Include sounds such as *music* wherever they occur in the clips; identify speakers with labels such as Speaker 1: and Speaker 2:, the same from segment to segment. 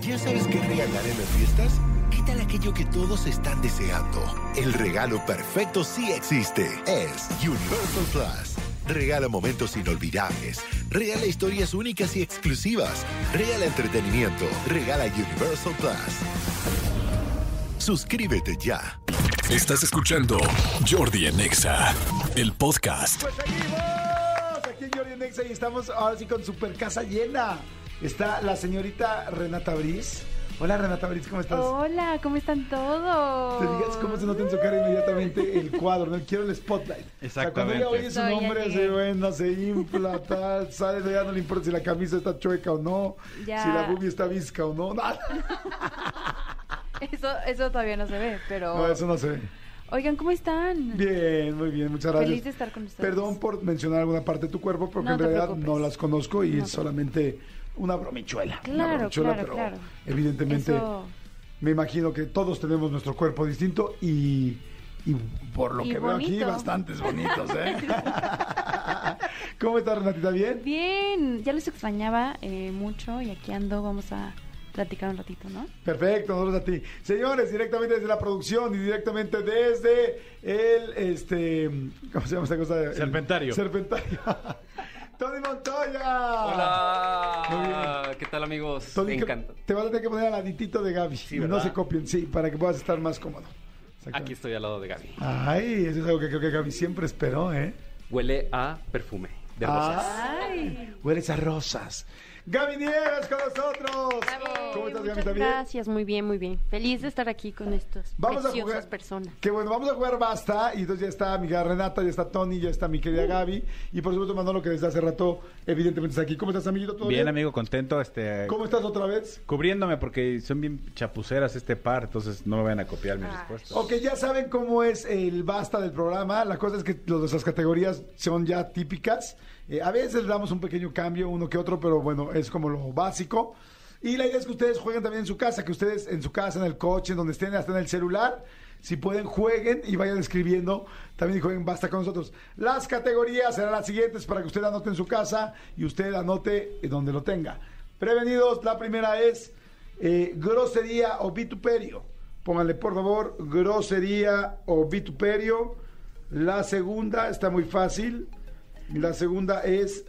Speaker 1: ¿Ya sabes qué regalar en las fiestas? ¿Qué tal aquello que todos están deseando? El regalo perfecto sí existe. Es Universal Plus. Regala momentos inolvidables. Regala historias únicas y exclusivas. Regala entretenimiento. Regala Universal Plus. Suscríbete ya.
Speaker 2: Estás escuchando Jordi Anexa, el podcast.
Speaker 3: Pues seguimos aquí en Jordi Anexa y estamos ahora sí con super casa llena. Está la señorita Renata Briz. Hola Renata Briz, ¿cómo estás?
Speaker 4: Hola, ¿cómo están todos?
Speaker 3: Pues, Te digas cómo se nota en su cara inmediatamente el cuadro, no quiero el spotlight. O
Speaker 5: Exactamente.
Speaker 3: sea, cuando ella oye su
Speaker 4: Estoy
Speaker 3: nombre,
Speaker 4: aquí.
Speaker 3: se buena, se infla, tal, sale, ya no le importa si la camisa está chueca o no,
Speaker 4: Ya.
Speaker 3: si la bubia está visca o no, *laughs* nada.
Speaker 4: Eso, eso todavía no se ve, pero...
Speaker 3: No, eso no se ve.
Speaker 4: Oigan, ¿cómo están?
Speaker 3: Bien, muy bien, muchas gracias.
Speaker 4: Feliz de estar con ustedes.
Speaker 3: Perdón por mencionar alguna parte de tu cuerpo, porque
Speaker 4: No
Speaker 3: en
Speaker 4: te
Speaker 3: realidad
Speaker 4: preocupes.
Speaker 3: no las conozco y
Speaker 4: No
Speaker 3: es
Speaker 4: te
Speaker 3: solamente una bromichuela. una
Speaker 4: Claro,
Speaker 3: bromichuela,
Speaker 4: claro,
Speaker 3: pero
Speaker 4: claro.
Speaker 3: evidentemente
Speaker 4: Eso-
Speaker 3: me imagino que todos tenemos nuestro cuerpo distinto y, y por lo
Speaker 4: Y
Speaker 3: que veo aquí,
Speaker 4: bonito.
Speaker 3: bastantes bonitos,
Speaker 4: *laughs*
Speaker 3: ¿eh? *laughs* ¿Cómo estás, Renatita? ¿Bien?
Speaker 4: Bien, ya los extrañaba eh, mucho y aquí ando, vamos a platicar un ratito, ¿no?
Speaker 3: Perfecto, nosotros a ti. Señores, directamente desde la producción y directamente desde el, este, ¿cómo se llama esta cosa? El-
Speaker 5: Serpentario.
Speaker 3: serpentario. *laughs* Tony Montoya.
Speaker 6: Hola.
Speaker 3: Muy
Speaker 6: ¿Qué tal, amigos?
Speaker 3: Tony,
Speaker 6: Me
Speaker 3: que-
Speaker 6: encanta.
Speaker 3: Te vas a tener que poner al laditito de Gaby.
Speaker 6: Sí,
Speaker 3: no
Speaker 6: ¿verdad?
Speaker 3: se copien, sí, para que puedas estar más cómodo.
Speaker 6: Aquí estoy al lado de Gaby.
Speaker 3: Ay, eso es algo que creo que Gaby siempre esperó, ¿eh?
Speaker 6: Huele a perfume de rosas.
Speaker 3: Ah,
Speaker 4: Ay,
Speaker 3: Hueles a rosas. Gaby Nieves con nosotros. ¿Cómo estás, Gaby?
Speaker 7: Muchas
Speaker 3: ¿También?
Speaker 7: gracias, muy bien, muy bien. Feliz de estar aquí con estas
Speaker 3: Vamos a
Speaker 7: preciosas
Speaker 3: jugar.
Speaker 7: personas.
Speaker 3: Que bueno, vamos a jugar basta. Y entonces ya está mi amiga Renata, ya está Tony, ya está mi
Speaker 7: Mm.
Speaker 3: querida Gaby. Y por supuesto, Manolo, que desde hace rato, evidentemente, está aquí. ¿Cómo estás, amiguito? ¿Todo
Speaker 5: Bien, amigo, contento, este...
Speaker 3: ¿Cómo estás otra vez?
Speaker 5: Cubriéndome porque son bien chapuceras este par, entonces no me van a copiar mis respuestas.
Speaker 3: Ok, ya saben cómo es el basta del programa. La cosa es que lo- nuestras categorías son ya típicas. Eh, a veces le damos un pequeño cambio, uno que otro, pero bueno, es como lo básico. Y la idea es que ustedes jueguen también en su casa, que ustedes en su casa, en el coche, en donde estén, hasta en el celular. Si pueden, jueguen y vayan escribiendo. También jueguen basta con nosotros. Las categorías serán las siguientes para que usted anote en su casa y usted anote eh, donde lo tenga. Prevenidos, la primera es eh, grosería o vituperio. Pónganle, por favor, grosería o vituperio. La segunda está muy fácil. La segunda es,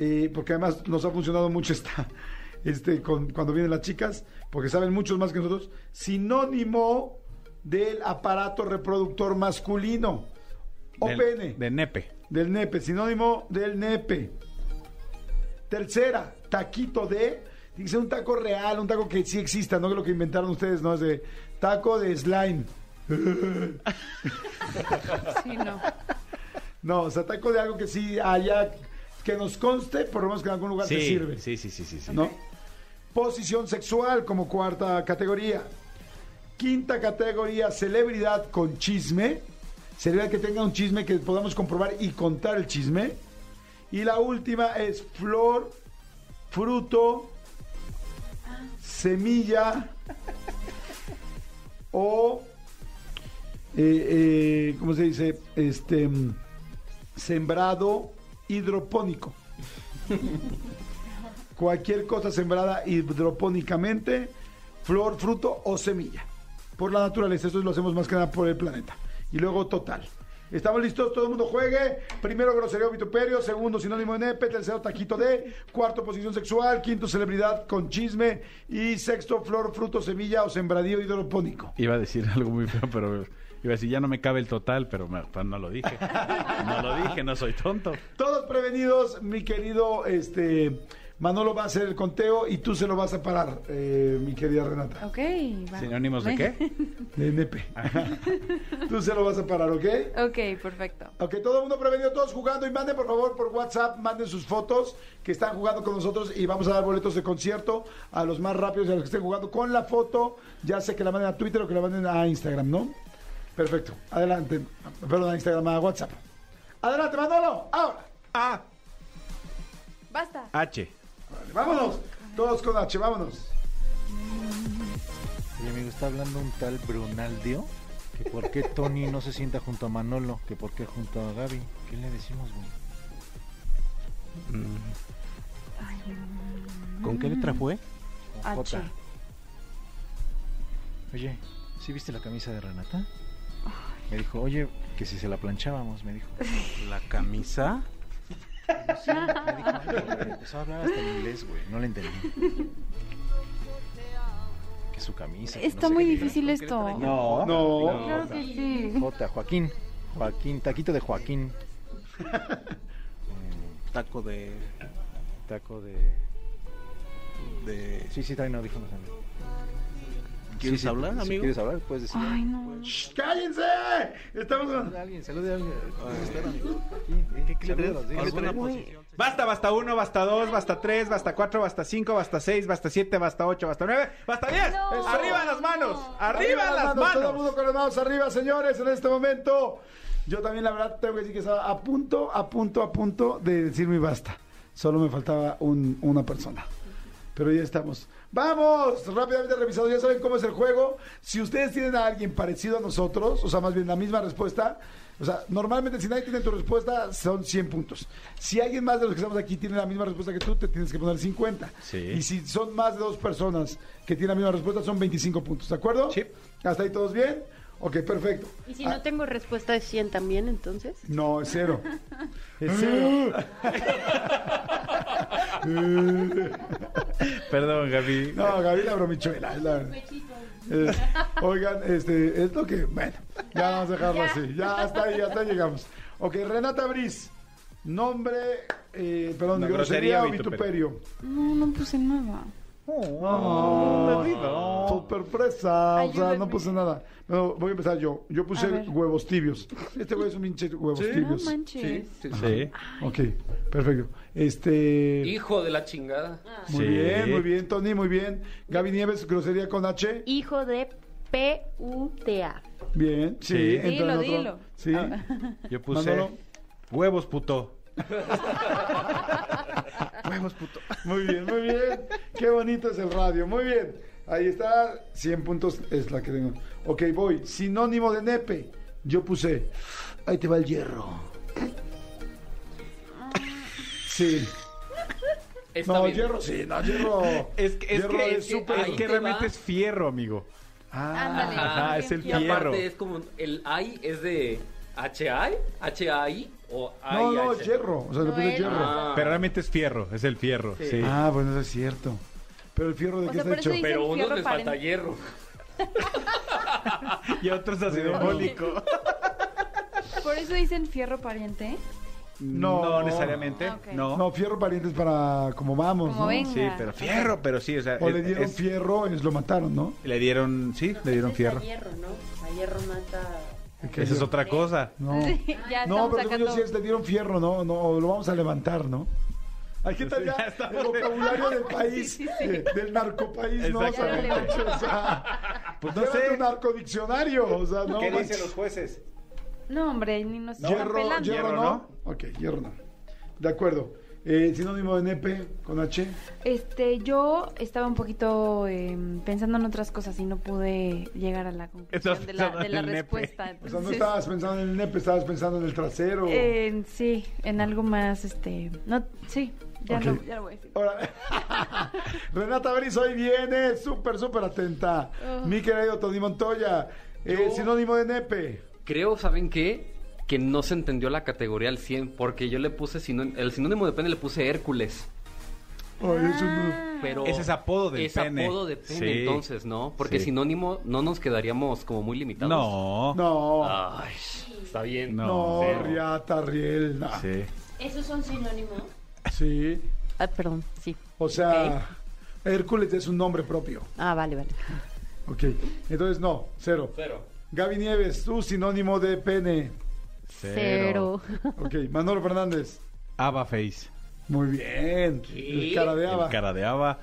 Speaker 3: eh, porque además nos ha funcionado mucho esta, *laughs* este, con- cuando vienen las chicas, porque saben muchos más que nosotros, sinónimo del aparato reproductor masculino. O
Speaker 5: Del-
Speaker 3: pene.
Speaker 5: De nepe.
Speaker 3: Del nepe, sinónimo del nepe. Tercera, taquito de. Tiene que ser un taco real, un taco que sí exista, no que lo que inventaron ustedes, no es de taco de slime.
Speaker 4: sí, no.
Speaker 3: No, o sea, taco de algo que sí haya, que nos conste, por lo menos que en algún lugar te sirve.
Speaker 5: sí, sí, sí, sí, sí.
Speaker 3: ¿no? Posición sexual como cuarta categoría. Quinta categoría, celebridad con chisme. Celebridad que tenga un chisme que podamos comprobar y contar el chisme. Y la última es flor, fruto, semilla o, eh, eh, ¿cómo se dice? Este, mm, sembrado hidropónico cualquier cosa sembrada hidropónicamente, flor, fruto o semilla. Por la naturaleza, eso lo hacemos más que nada por el planeta. Y luego total. Estamos listos, todo el mundo juegue. Primero grosería o vituperio, segundo sinónimo de nepe, tercero taquito de, cuarto posición sexual, quinto celebridad con chisme y sexto flor, fruto, semilla o sembradío hidropónico.
Speaker 5: Iba a decir *laughs* algo muy feo, pero iba a decir, ya no me cabe el total, pero me- pues, no lo dije. No lo dije, no soy tonto.
Speaker 3: Todos prevenidos, mi querido este Manolo va a hacer el conteo y tú se lo vas a parar, eh, mi querida Renata.
Speaker 4: Ok, va.
Speaker 5: ¿Sinónimos de qué?
Speaker 3: De nepe. Tú se lo vas a parar, ¿ok?
Speaker 4: *laughs* Ok, perfecto.
Speaker 3: Ok, todo el mundo prevenido, todos jugando. Y manden, por favor, por WhatsApp, manden sus fotos que están jugando con nosotros y vamos a dar boletos de concierto a los más rápidos y a los que estén jugando con la foto. Ya sé que la manden a Twitter o que la manden a Instagram, ¿no? Perfecto. Adelante. Perdón, a Instagram, a WhatsApp. Adelante, Manolo. Ahora.
Speaker 5: A.
Speaker 4: Basta.
Speaker 8: Ah,
Speaker 5: H.
Speaker 3: Vale, vámonos. Todos con H, vámonos.
Speaker 8: Mi amigo está hablando un tal Brunaldio. Que por qué Tony no se sienta junto a Manolo, que por qué junto a Gaby. ¿Qué le decimos, güey?
Speaker 4: Mm.
Speaker 8: ¿Con qué letra fue? Con
Speaker 4: H.
Speaker 8: J. oye, ¿sí viste la camisa de Renata? Me dijo, oye, que si se la planchábamos, me dijo.
Speaker 9: ¿La camisa?
Speaker 8: Me dijo, "Ay, güey", empezó a hablar hasta en inglés, güey, no le entendí. Que su camisa. que no
Speaker 4: Está
Speaker 8: sé
Speaker 4: muy
Speaker 8: qué.
Speaker 4: difícil esto.
Speaker 8: No,
Speaker 3: No.
Speaker 4: Claro que sí.
Speaker 8: J, Joaquín. Joaquín, taquito de Joaquín.
Speaker 9: *laughs* Taco de. Taco de. De.
Speaker 8: Sí, sí, también audífonos también.
Speaker 9: ¿Quieres hablar,
Speaker 8: si
Speaker 9: amigo?
Speaker 8: ¿Quieres hablar? Puedes decir.
Speaker 4: Ay, no.
Speaker 3: ¡Shh! ¡Cállense! Estamos con-
Speaker 8: Saluda a alguien, saluda a alguien. eh,
Speaker 9: ¿Qué- qué le traes?
Speaker 8: Saludos, sí.
Speaker 9: ¿Qué le traes?
Speaker 5: Basta, basta uno, basta dos, basta tres, basta cuatro, basta cinco, basta seis, basta siete, basta ocho, basta nueve, basta diez.
Speaker 3: Eso.
Speaker 5: ¡Arriba las manos! ¡Arriba las
Speaker 3: Todo el mundo
Speaker 5: manos!
Speaker 3: con las manos arriba, señores, en este momento. Yo también, la verdad, tengo que decir que estaba a punto, a punto, a punto de decir mi basta. Solo me faltaba un- una persona. Pero ya estamos. Vamos, rápidamente revisados. Ya saben cómo es el juego. Si ustedes tienen a alguien parecido a nosotros, o sea, más bien la misma respuesta, o sea, normalmente si nadie tiene tu respuesta, son 100 puntos. Si alguien más de los que estamos aquí tiene la misma respuesta que tú, te tienes que poner 50.
Speaker 5: Sí.
Speaker 3: Y si son más de dos personas que tienen la misma respuesta, son 25 puntos. ¿De acuerdo?
Speaker 5: Sí.
Speaker 3: ¿Hasta ahí todos bien? Ok, perfecto.
Speaker 7: Y si
Speaker 3: Ah,
Speaker 7: no tengo respuesta de 100 también, entonces.
Speaker 3: no, es
Speaker 7: *laughs*
Speaker 3: cero. Es cero.
Speaker 5: *laughs* Perdón, Gaby.
Speaker 3: No, Gaby la bromichuela. es la- Eh, oigan, este, es lo que. Bueno, ya vamos a dejarlo así. Ya hasta ahí, hasta ahí llegamos. Ok, Renata Briz. Nombre, eh, perdón,
Speaker 5: No,
Speaker 3: grosería,
Speaker 5: grosería
Speaker 3: o
Speaker 5: o vituperio. Oh,
Speaker 3: vituperio.
Speaker 4: No, no puse nada.
Speaker 3: Super presa, Ah, o sea, no
Speaker 4: Ayúdenme.
Speaker 3: puse nada. Pero voy a empezar yo. Yo puse
Speaker 4: A ver.
Speaker 3: huevos tibios. Este güey es un pinche huevos
Speaker 4: No
Speaker 3: tibios.
Speaker 4: manches.
Speaker 5: Sí,
Speaker 3: Ok, perfecto. Este.
Speaker 6: Hijo de la chingada.
Speaker 3: Muy
Speaker 5: Sí.
Speaker 3: bien, muy bien, Tony, muy bien. Gaby Nieves, grosería con H.
Speaker 7: Hijo de P-U-T-A.
Speaker 3: Bien, sí.
Speaker 5: Sí.
Speaker 3: entra en
Speaker 4: Dilo,
Speaker 3: otro.
Speaker 4: dilo. Ah.
Speaker 3: Sí.
Speaker 5: yo puse
Speaker 3: Manolo.
Speaker 5: huevos, puto.
Speaker 3: *laughs* Muy bien, muy bien. Qué bonito es el radio. Muy bien. Ahí está. 100 puntos es la que tengo. Ok, voy. Sinónimo de nepe. Yo puse. Ahí te va el hierro.
Speaker 4: Ah.
Speaker 3: Sí.
Speaker 6: Está
Speaker 3: No,
Speaker 6: bien.
Speaker 3: hierro, sí, no, hierro.
Speaker 5: *laughs* Es que, es
Speaker 3: Hierro
Speaker 5: que,
Speaker 3: es
Speaker 5: es que-
Speaker 3: súper-
Speaker 5: es
Speaker 6: ahí
Speaker 5: que
Speaker 6: te
Speaker 5: realmente
Speaker 6: va.
Speaker 5: es fierro, amigo.
Speaker 3: Ah.
Speaker 4: Ándale.
Speaker 5: Ajá,
Speaker 4: muy
Speaker 5: es
Speaker 4: bien,
Speaker 5: el
Speaker 6: Y
Speaker 4: bien.
Speaker 5: Hierro.
Speaker 6: aparte es como el I es de HI, HI o I.
Speaker 3: No, no, hierro. O sea, le
Speaker 7: No,
Speaker 3: puse
Speaker 7: él-
Speaker 3: pues hierro.
Speaker 6: Ah.
Speaker 5: Pero realmente es fierro, es el fierro. Sí.
Speaker 3: Ah, bueno, eso es cierto. Pero el fierro de
Speaker 4: O
Speaker 3: qué
Speaker 4: sea,
Speaker 3: está
Speaker 4: por eso
Speaker 3: hecho.
Speaker 4: dice-
Speaker 6: Pero a unos
Speaker 4: Hierro
Speaker 6: les
Speaker 4: paren-
Speaker 6: falta hierro.
Speaker 5: Y otros así de bólico.
Speaker 4: Por eso dicen fierro pariente.
Speaker 3: No.
Speaker 5: No necesariamente.
Speaker 4: Ah, ok.
Speaker 5: No.
Speaker 3: No, fierro pariente es para como vamos,
Speaker 4: Como
Speaker 3: ¿no?
Speaker 4: venga.
Speaker 5: Sí, pero fierro, pero sí, o sea,
Speaker 3: O
Speaker 5: es-
Speaker 3: le dieron
Speaker 5: es-
Speaker 3: fierro y lo mataron, ¿no?
Speaker 5: le dieron, sí, le dieron fierro.
Speaker 7: hierro, ¿no? A hierro mata.
Speaker 5: Esa es otra cosa.
Speaker 3: No.
Speaker 4: *laughs* Sí, ya
Speaker 3: No,
Speaker 4: estamos
Speaker 3: pero según yo
Speaker 4: sacando.
Speaker 3: sí es, le dieron fierro, ¿no? No, o lo vamos a levantar, ¿no? Hay que tal ya
Speaker 5: Ya estamos-
Speaker 3: el vocabulario del país,
Speaker 4: Sí, sí, sí.
Speaker 3: de- del narcopaís, ¿no? O sea, no
Speaker 5: Exactamente.
Speaker 3: manches, o sea,
Speaker 5: *laughs* Pues no
Speaker 3: llévate
Speaker 5: sé.
Speaker 3: un narcodiccionario, o sea, no manches.
Speaker 5: jueces?
Speaker 4: No, hombre, ni nos están
Speaker 3: Hierro,
Speaker 4: pelando.
Speaker 3: hierro,
Speaker 5: Hierro,
Speaker 3: no. Ok, hierro no. De acuerdo. Eh, sinónimo de nepe con H.
Speaker 4: Este, yo estaba un poquito eh, pensando en otras cosas y no pude llegar a la
Speaker 5: Estabas
Speaker 4: conclusión de la,
Speaker 5: pensando
Speaker 4: de la
Speaker 5: en el nepe.
Speaker 4: respuesta.
Speaker 3: O sea, no
Speaker 4: entonces,
Speaker 3: estabas pensando en el nepe, estabas pensando en el trasero.
Speaker 4: eh, sí, en algo más, este, no, sí, ya,
Speaker 3: Ok.
Speaker 4: lo, ya lo voy a decir.
Speaker 3: Órale. *laughs* Renata Briz hoy viene súper, súper atenta. Mi querido Tony Montoya, eh,
Speaker 6: Yo-
Speaker 3: sinónimo de nepe.
Speaker 6: Creo, ¿saben qué? Que no se entendió la categoría al 100 porque yo le puse sinónimo, el sinónimo de pene le puse Hércules.
Speaker 3: Ay, es un-
Speaker 6: Pero
Speaker 5: Ese es apodo del
Speaker 6: es
Speaker 5: pene.
Speaker 6: apodo de pene,
Speaker 5: Sí.
Speaker 6: entonces, ¿no? Porque
Speaker 5: Sí.
Speaker 6: sinónimo no nos quedaríamos como muy limitados.
Speaker 5: No.
Speaker 3: No,
Speaker 6: Ay, está bien.
Speaker 5: No.
Speaker 3: no,
Speaker 6: Ah, cero.
Speaker 3: Riata, Riel, no. Sí.
Speaker 5: Sí.
Speaker 7: ¿Esos son sinónimos? Ah, perdón, sí.
Speaker 3: O sea, Hércules es un nombre propio.
Speaker 7: Ah, vale, vale.
Speaker 3: Ok, entonces no, cero.
Speaker 6: Cero.
Speaker 3: Gaby Nieves, tu sinónimo de pene.
Speaker 5: Cero.
Speaker 3: Ok, Manolo Fernández.
Speaker 5: Ava face.
Speaker 3: Muy bien.
Speaker 6: ¿Qué?
Speaker 3: El cara de
Speaker 5: El
Speaker 3: Ava.
Speaker 5: cara de Ava.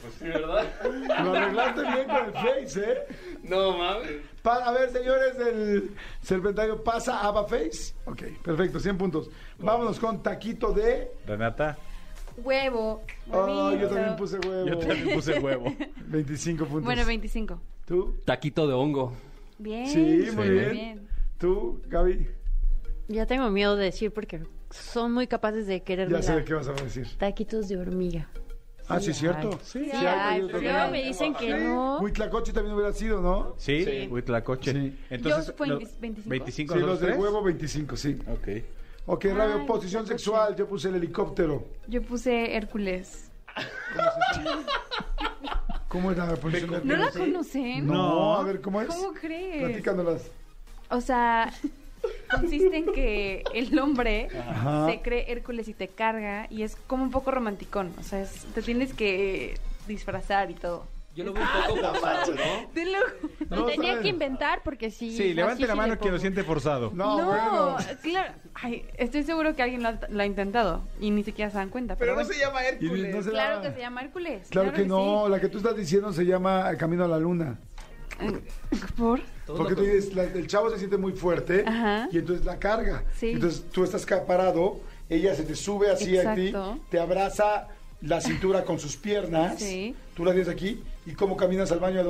Speaker 6: Pues sí, ¿verdad? *laughs*
Speaker 3: Lo arreglaste bien con el face, ¿eh?
Speaker 6: No mames.
Speaker 3: Pa- a ver, señores del Serpentario, pasa Ava Face. Ok, perfecto, 100 puntos. Vámonos con taquito de.
Speaker 5: Renata,
Speaker 4: Huevo,
Speaker 3: Oh, yo
Speaker 4: huevito.
Speaker 3: también puse huevo.
Speaker 5: yo también puse huevo.
Speaker 3: 25 puntos.
Speaker 4: Bueno, 25.
Speaker 3: ¿Tú?
Speaker 6: Taquito de hongo.
Speaker 4: Bien.
Speaker 3: Sí,
Speaker 5: muy
Speaker 3: bien. ¿Tú, Gaby?
Speaker 7: Ya tengo miedo de decir porque son muy capaces de quererme.
Speaker 3: Ya sé de qué vas a decir.
Speaker 7: Taquitos de hormiga.
Speaker 3: Ah, sí, es cierto.
Speaker 4: Sí,
Speaker 3: hay
Speaker 4: hay,
Speaker 3: periodos
Speaker 4: pero
Speaker 3: donde-
Speaker 4: luego me dicen que
Speaker 3: Sí,
Speaker 4: no.
Speaker 3: Huitlacoche también hubiera sido, ¿no?
Speaker 5: Sí, Huitlacoche.
Speaker 3: Sí.
Speaker 5: Entonces,
Speaker 4: Yo fui
Speaker 5: lo-
Speaker 4: 25.
Speaker 5: 25
Speaker 3: Sí,
Speaker 5: nosotros
Speaker 3: los de
Speaker 5: tres.
Speaker 3: huevo 25, sí.
Speaker 5: Ok.
Speaker 3: Ok, radio,
Speaker 4: Ay,
Speaker 3: posición
Speaker 4: Huitlacoche.
Speaker 3: sexual, yo puse el helicóptero.
Speaker 4: Yo puse Hércules.
Speaker 3: ¿Cómo era la posición del
Speaker 4: ¿No la
Speaker 3: helicóptero?
Speaker 4: conocen?
Speaker 3: No, a ver, ¿cómo es?
Speaker 4: ¿Cómo crees?
Speaker 3: Platícanolas.
Speaker 4: O sea, consiste en que el hombre
Speaker 3: Ajá.
Speaker 4: se cree Hércules y te carga y es como un poco romanticón. O sea, es- te tienes que disfrazar y todo.
Speaker 6: Yo lo veo un poco forzado, ¿no?
Speaker 4: Te lo ju-
Speaker 7: Lo
Speaker 3: No,
Speaker 7: tenía
Speaker 3: sabe.
Speaker 7: que inventar porque sí.
Speaker 5: Sí, levante
Speaker 7: así
Speaker 5: la
Speaker 7: sí
Speaker 5: mano
Speaker 7: le
Speaker 5: quien lo
Speaker 7: pongo.
Speaker 5: siente forzado.
Speaker 3: No, bueno.
Speaker 4: claro. Ay, estoy seguro que alguien lo ha, lo ha intentado y ni siquiera se dan cuenta. Pero,
Speaker 10: Pero no
Speaker 4: bueno.
Speaker 10: se llama
Speaker 3: Y no
Speaker 10: Hércules.
Speaker 3: se
Speaker 4: Claro
Speaker 3: llama-
Speaker 4: que se llama Hércules.
Speaker 3: Claro que no,
Speaker 4: sí.
Speaker 3: la que tú estás diciendo se llama Camino a la Luna.
Speaker 4: ¿Por?
Speaker 6: Todo
Speaker 3: Porque
Speaker 6: lo
Speaker 3: tú
Speaker 6: que-
Speaker 3: dices, la- el chavo se siente muy fuerte
Speaker 4: Ajá.
Speaker 3: y entonces la carga.
Speaker 4: Sí.
Speaker 3: Entonces tú estás ca- parado, ella se te sube así a ti,
Speaker 4: Exacto.
Speaker 3: te abraza la cintura con sus piernas,
Speaker 4: Sí.
Speaker 3: tú la tienes aquí y cómo caminas al baño.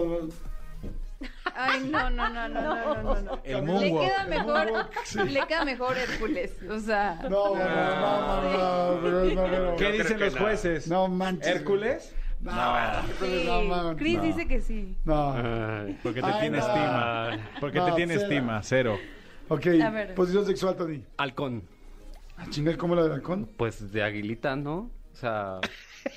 Speaker 4: Ay, no, no, no, no, no, no, no, no.
Speaker 5: El
Speaker 4: Le
Speaker 5: moonwalk.
Speaker 4: queda mejor,
Speaker 3: moonwalk, sí.
Speaker 4: le queda mejor Hércules. O sea,
Speaker 3: No, no, no, no, no, no, no, no.
Speaker 5: ¿Qué
Speaker 3: No,
Speaker 5: dicen los jueces?
Speaker 3: No manches.
Speaker 5: ¿Hércules?
Speaker 3: No,
Speaker 4: sí.
Speaker 3: Hércules, no, man.
Speaker 4: Chris
Speaker 3: No.
Speaker 4: dice que sí.
Speaker 3: No.
Speaker 5: Porque te
Speaker 3: Ay,
Speaker 5: tiene
Speaker 3: no.
Speaker 5: estima. Porque
Speaker 3: No,
Speaker 5: te tiene
Speaker 3: cero.
Speaker 5: estima, cero.
Speaker 3: Ok,
Speaker 4: A ver.
Speaker 3: posición sexual, Tony.
Speaker 6: Halcón.
Speaker 3: A chingar como la del halcón.
Speaker 6: Pues de aguilita, ¿no? O sea,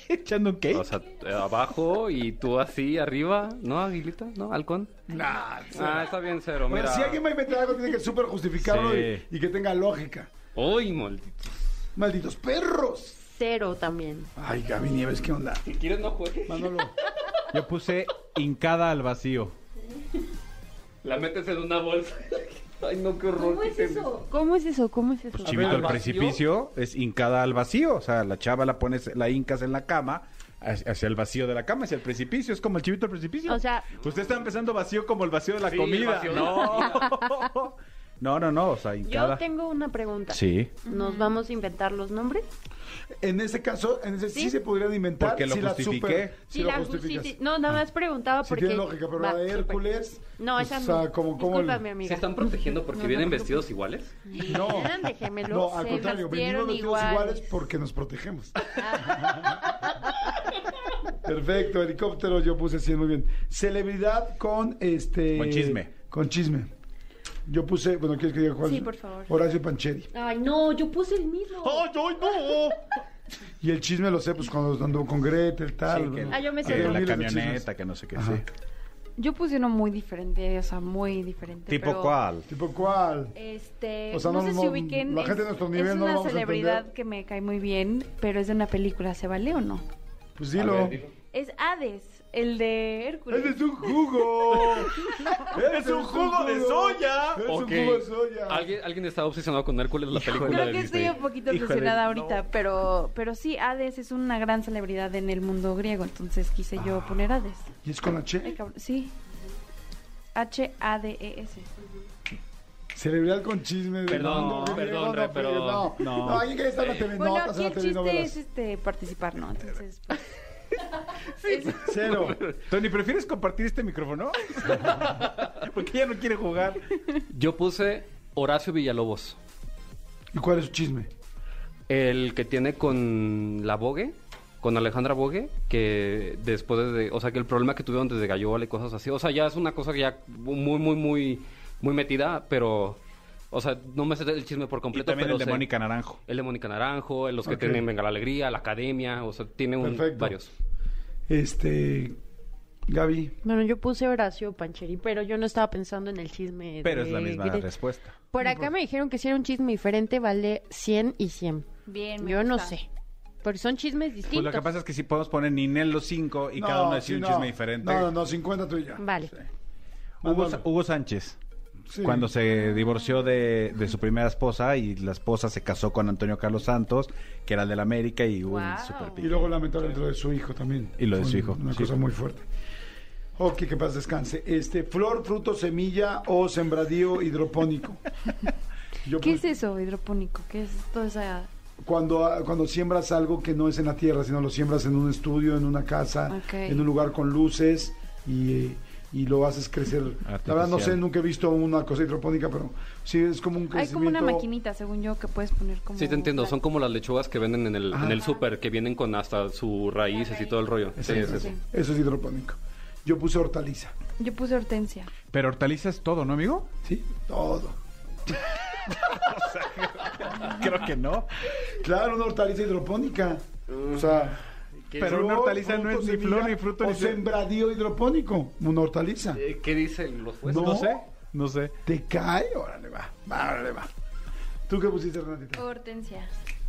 Speaker 5: ¿Echando un cake?
Speaker 6: o sea, eh, abajo y tú así arriba, ¿no? Aguilita, ¿no? Halcón.
Speaker 3: Nah,
Speaker 6: Ah, está bien cero,
Speaker 3: Bueno,
Speaker 6: mira.
Speaker 3: si alguien va a inventar algo, tiene que súper justificarlo
Speaker 5: Sí.
Speaker 3: y, y que tenga lógica.
Speaker 6: Uy, maldito.
Speaker 3: Malditos perros.
Speaker 7: Cero también.
Speaker 3: Ay, Gaby Nieves, ¿qué onda?
Speaker 6: Si quieres no juegues.
Speaker 3: Manolo.
Speaker 5: Yo puse hincada al vacío.
Speaker 6: La metes en una bolsa. *laughs* Ay, no, qué horror. qué pena.
Speaker 7: ¿Cómo es eso? ¿Cómo es eso?
Speaker 5: Pues Chivito
Speaker 6: ¿al
Speaker 5: al
Speaker 6: vacío?
Speaker 5: precipicio es hincada al vacío. O sea, la chava la pones, la hincas en la cama, hacia hacia el vacío de la cama, hacia el precipicio. Es como el chivito al precipicio.
Speaker 7: O sea-
Speaker 5: Usted está empezando vacío como el vacío de la
Speaker 6: Sí, el
Speaker 5: comida.
Speaker 6: vacío de la
Speaker 5: No. *laughs* no, no, no. O sea, hincada.
Speaker 7: Yo tengo una pregunta.
Speaker 5: Sí.
Speaker 7: ¿Nos vamos a inventar los nombres?
Speaker 3: En ese caso, en ese sí,
Speaker 7: Sí.
Speaker 3: se podrían inventar.
Speaker 5: Porque lo
Speaker 3: si
Speaker 5: justifiqué.
Speaker 3: La super, si, lo
Speaker 7: la
Speaker 3: justificas.
Speaker 7: justici- No, nada más preguntaba
Speaker 3: Si
Speaker 7: porque...
Speaker 3: tiene lógica, pero
Speaker 7: Va,
Speaker 3: la de
Speaker 7: súper.
Speaker 3: Hércules.
Speaker 7: No, esa
Speaker 3: o sea,
Speaker 7: no.
Speaker 3: como, como el-
Speaker 7: Discúlpame, amiga.
Speaker 6: ¿Se están protegiendo porque vienen
Speaker 7: no, no.
Speaker 6: vestidos iguales?
Speaker 3: No.
Speaker 7: Eran de gemelos,
Speaker 3: No, al
Speaker 7: se
Speaker 3: contrario, venimos
Speaker 7: vestieron
Speaker 3: vestidos iguales.
Speaker 7: iguales.
Speaker 3: porque nos protegemos. Perfecto, helicóptero, yo puse 100, muy bien. Celebridad con este.
Speaker 5: Con chisme.
Speaker 3: Con chisme. Yo puse, bueno, ¿quieres que diga cuál?
Speaker 4: Sí, por favor.
Speaker 3: Horacio Pancheri.
Speaker 7: Ay, no, yo puse el mismo.
Speaker 3: ¡Oh! Y el chisme lo sé, pues cuando anduvo con Gretel, tal.
Speaker 5: Sí, que-
Speaker 3: ¿no?
Speaker 7: Ah, yo me
Speaker 5: que
Speaker 7: sé
Speaker 3: Hay
Speaker 7: uno.
Speaker 5: la
Speaker 3: miles de
Speaker 5: camioneta,
Speaker 3: chismes.
Speaker 5: que no sé qué.
Speaker 3: Ajá.
Speaker 5: sí.
Speaker 4: Yo puse uno muy diferente, o sea, muy diferente.
Speaker 5: ¿Tipo
Speaker 4: pero,
Speaker 5: cuál?
Speaker 3: ¿Tipo cuál?
Speaker 4: Este,
Speaker 3: O sea,
Speaker 4: no,
Speaker 3: no-
Speaker 4: sé
Speaker 3: no-
Speaker 4: si ubiquen.
Speaker 3: la gente de
Speaker 4: es-
Speaker 3: nuestro nivel
Speaker 4: es
Speaker 3: no
Speaker 4: una
Speaker 3: vamos a
Speaker 4: celebridad
Speaker 3: entender.
Speaker 4: que me cae muy bien, pero es de una película, ¿se vale o no?
Speaker 3: Pues dilo.
Speaker 4: Es Hades, el de Hércules.
Speaker 3: ¡Eres un
Speaker 5: *laughs*
Speaker 3: jugo! ¡Eres
Speaker 5: un jugo de soya!
Speaker 3: ¡Eres
Speaker 6: Ok.
Speaker 3: Ah, un jugo de soya!
Speaker 6: ¿Alguien, alguien estaba obsesionado con Hércules la película
Speaker 4: Creo
Speaker 6: de
Speaker 4: que estoy
Speaker 6: Disney.
Speaker 4: un poquito
Speaker 5: Híjole,
Speaker 4: obsesionada ahorita, pero, pero sí, Hades es una gran celebridad en el mundo griego, entonces quise yo
Speaker 6: Ah.
Speaker 4: poner Hades.
Speaker 3: ¿Y es con la
Speaker 4: Ay,
Speaker 3: H?
Speaker 4: cabrón, sí. H-A-D-E-S.
Speaker 3: Celebridad con chisme. de
Speaker 6: Perdón,
Speaker 3: mundo griego,
Speaker 6: perdón,
Speaker 3: no,
Speaker 6: re, pero-
Speaker 3: No, no.
Speaker 5: no.
Speaker 3: no alguien que está en la
Speaker 4: Bueno,
Speaker 3: telenovela.
Speaker 4: aquí el chiste es este, participar, ¿no? Entonces, pues,
Speaker 5: Cero. Tony, ¿prefieres compartir
Speaker 6: *laughs*
Speaker 5: este micrófono? Porque ya no quiere jugar.
Speaker 6: Yo puse Horacio Villalobos.
Speaker 3: ¿Y cuál es su chisme?
Speaker 6: El que tiene con la Bogue, con Alejandra Bogue, que después de, o sea, que el problema que tuvieron desde Gallola y cosas así, o sea, ya es una cosa que ya muy, muy, muy, muy metida, pero, o sea, no me sé el chisme por
Speaker 5: Y
Speaker 6: completo.
Speaker 5: también
Speaker 6: pero
Speaker 5: el de
Speaker 6: sé-
Speaker 5: Mónica Naranjo.
Speaker 6: El de Mónica Naranjo, los que
Speaker 3: Ok.
Speaker 6: tienen Venga la Alegría, la Academia, o sea, tiene un,
Speaker 3: Perfecto.
Speaker 6: varios.
Speaker 3: Este. Gaby.
Speaker 7: Bueno, yo puse Horacio Pancheri, pero yo no estaba pensando en el chisme.
Speaker 5: Pero
Speaker 7: de
Speaker 5: es la misma
Speaker 7: Gretel.
Speaker 5: respuesta.
Speaker 7: Por
Speaker 3: pues.
Speaker 7: acá me dijeron que si era un chisme diferente, vale 100 y 100.
Speaker 4: bien. me
Speaker 7: Yo no
Speaker 4: gusta.
Speaker 7: sé. Porque son
Speaker 5: Pues
Speaker 7: chismes
Speaker 5: lo
Speaker 7: distintos.
Speaker 5: que pasa es que si podemos poner Ninel los cinco y
Speaker 3: No,
Speaker 5: cada uno
Speaker 3: sí,
Speaker 5: decir un
Speaker 3: no.
Speaker 5: chisme diferente.
Speaker 3: No, no, no, 50 tú y yo.
Speaker 7: Vale.
Speaker 5: Hugo,
Speaker 3: Manolo.
Speaker 5: Hugo Sánchez,
Speaker 3: Sí.
Speaker 5: cuando se divorció de, de su primera esposa y la esposa se casó con Antonio Carlos Santos, que era el del América, y hubo un
Speaker 4: Wow.
Speaker 5: super
Speaker 3: Y luego lamentablemente lo de su hijo también.
Speaker 5: Y lo de
Speaker 3: Fue
Speaker 5: su hijo,
Speaker 3: Una
Speaker 5: sí.
Speaker 3: cosa muy fuerte. Ok, que paz descanse. Este, flor, fruto, semilla o sembradío
Speaker 4: *laughs*
Speaker 3: hidropónico. Yo
Speaker 4: ¿Qué es
Speaker 3: puse-
Speaker 4: eso, hidropónico? ¿Qué es toda esa...?
Speaker 3: Cuando, cuando siembras algo que no es en la tierra, sino lo siembras en un estudio, en una casa,
Speaker 4: Ok.
Speaker 3: en un lugar con luces y, eh, y lo haces crecer. La verdad no sé, nunca he visto una cosa hidropónica, pero sí es como un
Speaker 4: Hay
Speaker 3: crecimiento.
Speaker 4: como una maquinita, según yo, que puedes poner como...
Speaker 6: Sí, te entiendo. Son como las lechugas que venden en el,
Speaker 3: Ajá.
Speaker 6: en el súper, que vienen con hasta sus raíces y todo el rollo. Sí,
Speaker 3: Exacto.
Speaker 6: es eso.
Speaker 3: Eso es hidropónico. Yo puse hortaliza.
Speaker 4: Yo puse hortensia.
Speaker 5: Pero hortaliza es todo, ¿no, amigo?
Speaker 3: Sí, todo.
Speaker 5: Creo que no.
Speaker 3: Claro, una hortaliza hidropónica. O sea,
Speaker 6: ¿Qué-
Speaker 5: Pero una hortaliza no es
Speaker 3: frutos
Speaker 5: ni
Speaker 3: de
Speaker 5: flor,
Speaker 3: miga
Speaker 5: ni fruto,
Speaker 3: o
Speaker 5: ni se-
Speaker 3: sembradío hidropónico, una hortaliza.
Speaker 6: Eh, ¿Qué dicen los jueces?
Speaker 3: No.
Speaker 5: No sé, no sé.
Speaker 3: ¿Te cae? Órale, va. va, Órale, va. ¿Tú qué pusiste, Renatita?
Speaker 4: Hortensia,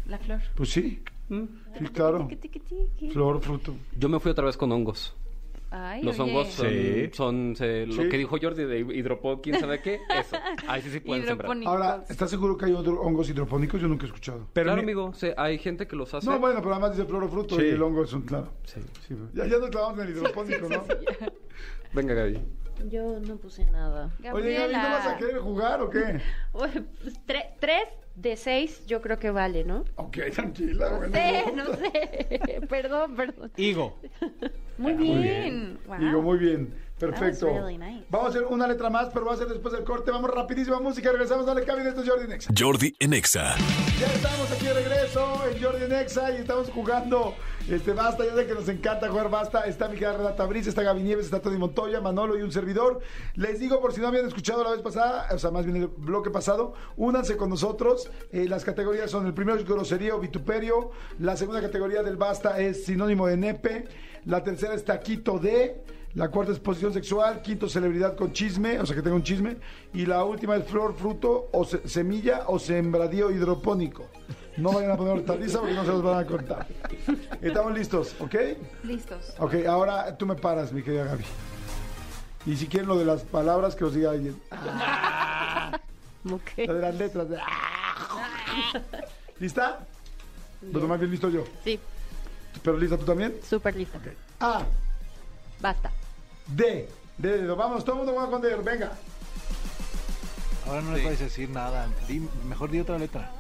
Speaker 4: la flor.
Speaker 3: Pues sí.
Speaker 7: ¿Mm?
Speaker 3: Sí, claro.
Speaker 4: Tiqui, tiqui, tiqui.
Speaker 3: Flor, fruto.
Speaker 6: Yo me fui otra vez con hongos.
Speaker 4: Ay,
Speaker 6: Los
Speaker 4: oye.
Speaker 6: hongos son,
Speaker 5: Sí.
Speaker 6: son, se- lo
Speaker 3: Sí.
Speaker 6: que dijo Jordi de hidropón, quién sabe qué,
Speaker 4: *laughs*
Speaker 6: eso. Ahí sí se pueden sembrar.
Speaker 4: Hidropónicos.
Speaker 3: Ahora, ¿estás seguro que hay otros hongos hidropónicos? Yo nunca he escuchado.
Speaker 5: Pero
Speaker 6: claro,
Speaker 5: ni-
Speaker 6: amigo, se- hay gente que los hace.
Speaker 3: No, bueno, pero además dice flor o fruto
Speaker 5: Sí. pues.
Speaker 3: y el hongo es un claro.
Speaker 6: Sí.
Speaker 3: Sí, ya, ya nos clavamos en el hidropónico, ¿no?
Speaker 6: Venga, Gaby.
Speaker 7: Yo no puse nada.
Speaker 3: Oye, Gaby, ¿no vas a
Speaker 4: Gabriela.
Speaker 3: querer jugar o qué?
Speaker 7: Oye, pues, tre- tres de seis yo creo que vale,
Speaker 3: *laughs*
Speaker 7: ¿no?
Speaker 3: Ok, tranquila, bueno.
Speaker 7: Sí, no
Speaker 4: *laughs*
Speaker 7: sé. perdón, perdón.
Speaker 5: Higo.
Speaker 4: Muy bien. Wow.
Speaker 3: Digo, muy bien. Perfecto.
Speaker 7: That was really nice.
Speaker 3: Vamos a hacer una letra más, pero va a ser después del corte. Vamos rapidísimo a música. Regresamos. Dale, Gaby, de estos Jordi Nexa.
Speaker 2: Jordi en Exa.
Speaker 3: Ya estamos aquí de regreso en Jordi Nexa y estamos jugando este Basta. Ya sé que nos encanta jugar Basta. Está mi querida Renata Briz, está Gaby Nieves, está Tony Montoya, Manolo y un servidor. Les digo, por si no habían escuchado la vez pasada, o sea, más bien el bloque pasado, únanse con nosotros. Eh, las categorías son: el primero es grosería o vituperio. La segunda categoría del Basta es sinónimo de nepe. La tercera es taquito de. La cuarta es posición sexual, quinto celebridad con chisme, o sea que tenga un chisme, y la última es flor, fruto o se- semilla o sembradío hidropónico. No vayan a poner hortaliza porque no se los van a cortar. Estamos listos, ¿ok?
Speaker 4: Listos.
Speaker 3: Ok, ahora tú me paras, mi querida Gaby. Y si quieren lo de las palabras que os diga alguien. Lo
Speaker 7: Ok.
Speaker 3: de las
Speaker 7: *laughs*
Speaker 3: letras. de- ¿Lista? Pero más bien listo yo.
Speaker 7: Sí,
Speaker 3: ¿Pero lista tú también?
Speaker 7: súper lista.
Speaker 3: A,
Speaker 7: Basta.
Speaker 3: D, D, de dedo. Vamos, todo el mundo va a poner, venga.
Speaker 8: Ahora no les vais a decir nada. Di- mejor di otra letra.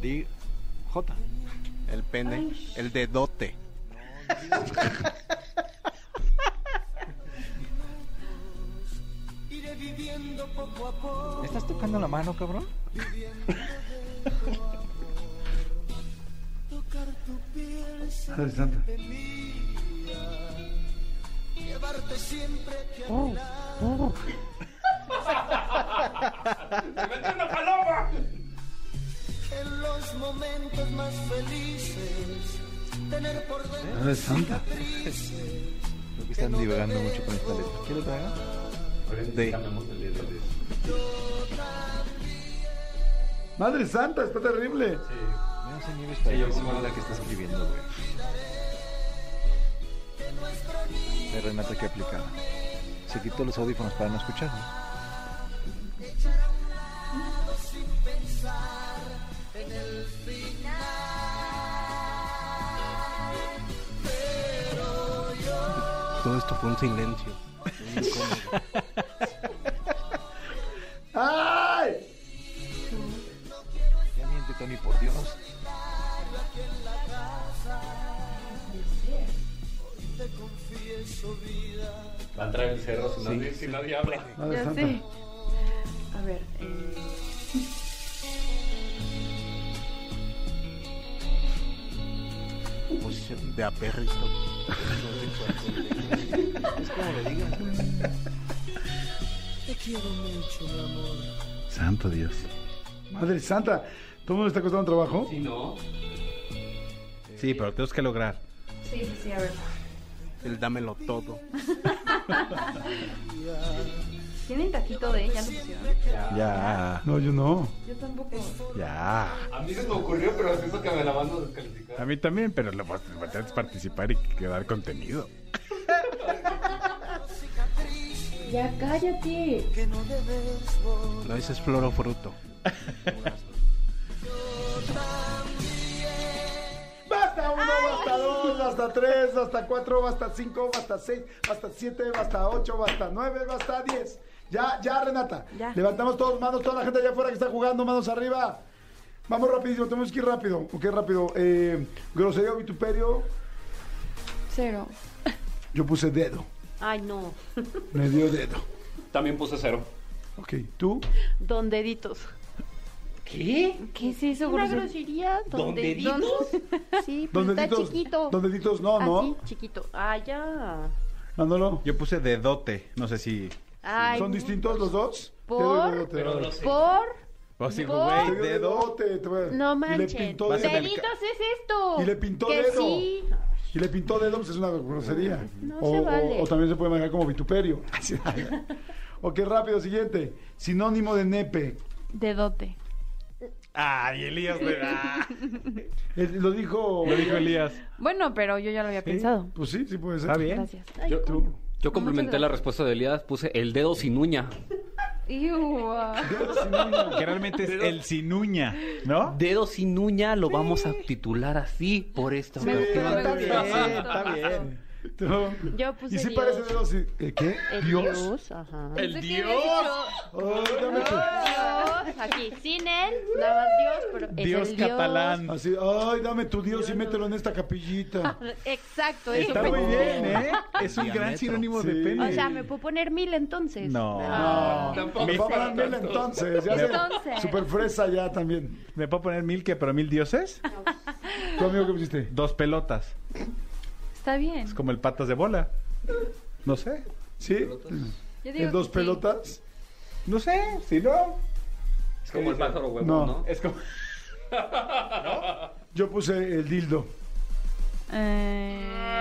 Speaker 8: Di J.
Speaker 9: El pene, el dedote.
Speaker 8: ¿Me ¿Estás tocando la mano, cabrón?
Speaker 3: Madre santa. Madre santa.
Speaker 8: Creo que están divagando mucho con esta letra. ¿Qué letra era?
Speaker 3: Madre santa, está terrible.
Speaker 8: Yo no sé ni esta la que está escribiendo, güey. De Renata que aplicaba. Se quitó los audífonos para no escuchar. ¿no?
Speaker 6: Todo esto fue un silencio.
Speaker 3: ¡Ay!
Speaker 8: Ya miente, Tony, por Dios.
Speaker 6: Va a entrar el cerro si nadie, si nadie habla.
Speaker 3: Madre
Speaker 4: Ya
Speaker 3: santa.
Speaker 4: sé. A ver. eh,
Speaker 9: Posición de aperristo.
Speaker 5: Santo Dios.
Speaker 3: Madre santa. ¿Todo el mundo está costando trabajo?
Speaker 6: Si no,
Speaker 5: Sí, pero tenemos que lograr.
Speaker 4: Sí, sí, sí, a ver.
Speaker 9: El dámelo todo.
Speaker 4: *laughs* Tienen taquito de ya lo pusieron.
Speaker 5: Ya,
Speaker 3: No, yo no.
Speaker 4: Yo tampoco.
Speaker 5: ya.
Speaker 6: a mí se me ocurrió, pero es eso que me la van a descalificar.
Speaker 5: A mí también, pero lo vas vas a participar y quedar contenido.
Speaker 4: Ya cállate.
Speaker 9: No dices flor o fruto.
Speaker 3: Basta uno, basta dos, basta tres, basta cuatro, basta cinco, basta seis, basta siete, basta ocho, basta nueve, basta diez. Ya, ya, Renata.
Speaker 4: Ya.
Speaker 3: Levantamos todos manos, toda la gente allá afuera que está jugando, manos arriba. Vamos rapidísimo, tenemos que ir rápido. Ok, rápido. Eh, grosería o vituperio,
Speaker 4: Cero.
Speaker 3: yo puse dedo.
Speaker 7: Ay, no.
Speaker 3: Me dio dedo.
Speaker 6: También puse cero.
Speaker 3: Ok, ¿tú?
Speaker 7: Don deditos.
Speaker 6: ¿Qué?
Speaker 4: ¿Qué es eso,
Speaker 7: Una
Speaker 4: grosero?
Speaker 7: grosería. Don
Speaker 6: ¿Don
Speaker 7: deditos.
Speaker 4: *laughs*
Speaker 7: Sí, pero
Speaker 3: Don
Speaker 7: está
Speaker 3: deditos,
Speaker 7: chiquito.
Speaker 3: don deditos, no, no.
Speaker 7: Así, chiquito. Ah, ya.
Speaker 3: Mándalo.
Speaker 5: Yo puse dedote, no sé si...
Speaker 7: Ay,
Speaker 3: ¿Son distintos los dos?
Speaker 7: ¿Por?
Speaker 3: Dedo y dedote, órale.
Speaker 7: Por.
Speaker 5: O así,
Speaker 7: ¿Por?
Speaker 5: Oh,
Speaker 3: Te
Speaker 5: güey,
Speaker 3: dio
Speaker 5: dedo.
Speaker 3: dedote, te voy a-
Speaker 7: No
Speaker 3: Y
Speaker 7: manchen.
Speaker 3: le pintó
Speaker 5: Vas a
Speaker 3: dedo.
Speaker 5: tener-
Speaker 7: Deditos es esto.
Speaker 3: Y le pintó
Speaker 7: que
Speaker 3: dedo.
Speaker 7: Sí.
Speaker 3: Y le pintó dedo, pues es una grosería.
Speaker 7: No
Speaker 3: o,
Speaker 7: se
Speaker 3: o-
Speaker 7: vale.
Speaker 3: o también se puede manejar como vituperio. *laughs* ok, rápido, siguiente. Sinónimo de nepe.
Speaker 4: Dedote.
Speaker 5: Ay, Elías, ¿verdad?
Speaker 3: El- lo dijo.
Speaker 5: Lo dijo Elías.
Speaker 4: Bueno, pero yo ya lo había pensado.
Speaker 3: Pues sí, sí puede ser.
Speaker 5: Está bien.
Speaker 4: Gracias.
Speaker 7: Ay,
Speaker 3: Tú.
Speaker 6: Yo complementé la respuesta de Elías, puse el dedo sin uña.
Speaker 4: Iu, ah.
Speaker 5: *laughs* Que realmente es el sin uña, ¿no?
Speaker 6: Dedo sin uña lo vamos a titular así por esta
Speaker 3: Sí,
Speaker 6: ocasión.
Speaker 3: está bien,
Speaker 5: está bien.
Speaker 3: Tú.
Speaker 7: Yo puse
Speaker 3: Y sí
Speaker 7: Dios.
Speaker 3: parece dedo. sí. ¿Eh, ¿Qué?
Speaker 7: El Dios. ajá.
Speaker 6: El
Speaker 4: Pensé que había dicho
Speaker 3: Ay, dame tu-
Speaker 7: Dios, aquí, sin él, nada más Dios, pero es
Speaker 5: Dios
Speaker 7: el Dios.
Speaker 5: catalán.
Speaker 3: Así, ay, dame tu Dios y mételo en esta capillita.
Speaker 7: Exacto, eso
Speaker 5: Está
Speaker 7: me-
Speaker 5: muy bien, ¿eh? *laughs* Es un gran
Speaker 9: diámetro.
Speaker 5: sinónimo de
Speaker 3: Sí.
Speaker 5: pene.
Speaker 7: O sea, ¿me puedo poner mil entonces?
Speaker 5: No.
Speaker 3: No,
Speaker 6: Tampoco
Speaker 3: me
Speaker 6: es
Speaker 3: va a
Speaker 6: para
Speaker 3: hablar mil
Speaker 6: tanto.
Speaker 3: entonces. Ya sé.
Speaker 4: Entonces.
Speaker 3: Super fresa ya también.
Speaker 5: ¿Me puedo poner mil que para mil dioses?
Speaker 3: ¿Tu amigo qué pusiste?
Speaker 5: Dos pelotas.
Speaker 4: Está bien.
Speaker 5: Es como el patas de bola. No sé.
Speaker 3: ¿Sí?
Speaker 4: Yo digo
Speaker 3: ¿En dos
Speaker 4: que sí.
Speaker 3: pelotas?
Speaker 5: No sé, si no.
Speaker 6: Es como el pájaro huevo,
Speaker 3: No.
Speaker 6: ¿no?
Speaker 5: Es como.
Speaker 3: Yo puse el dildo.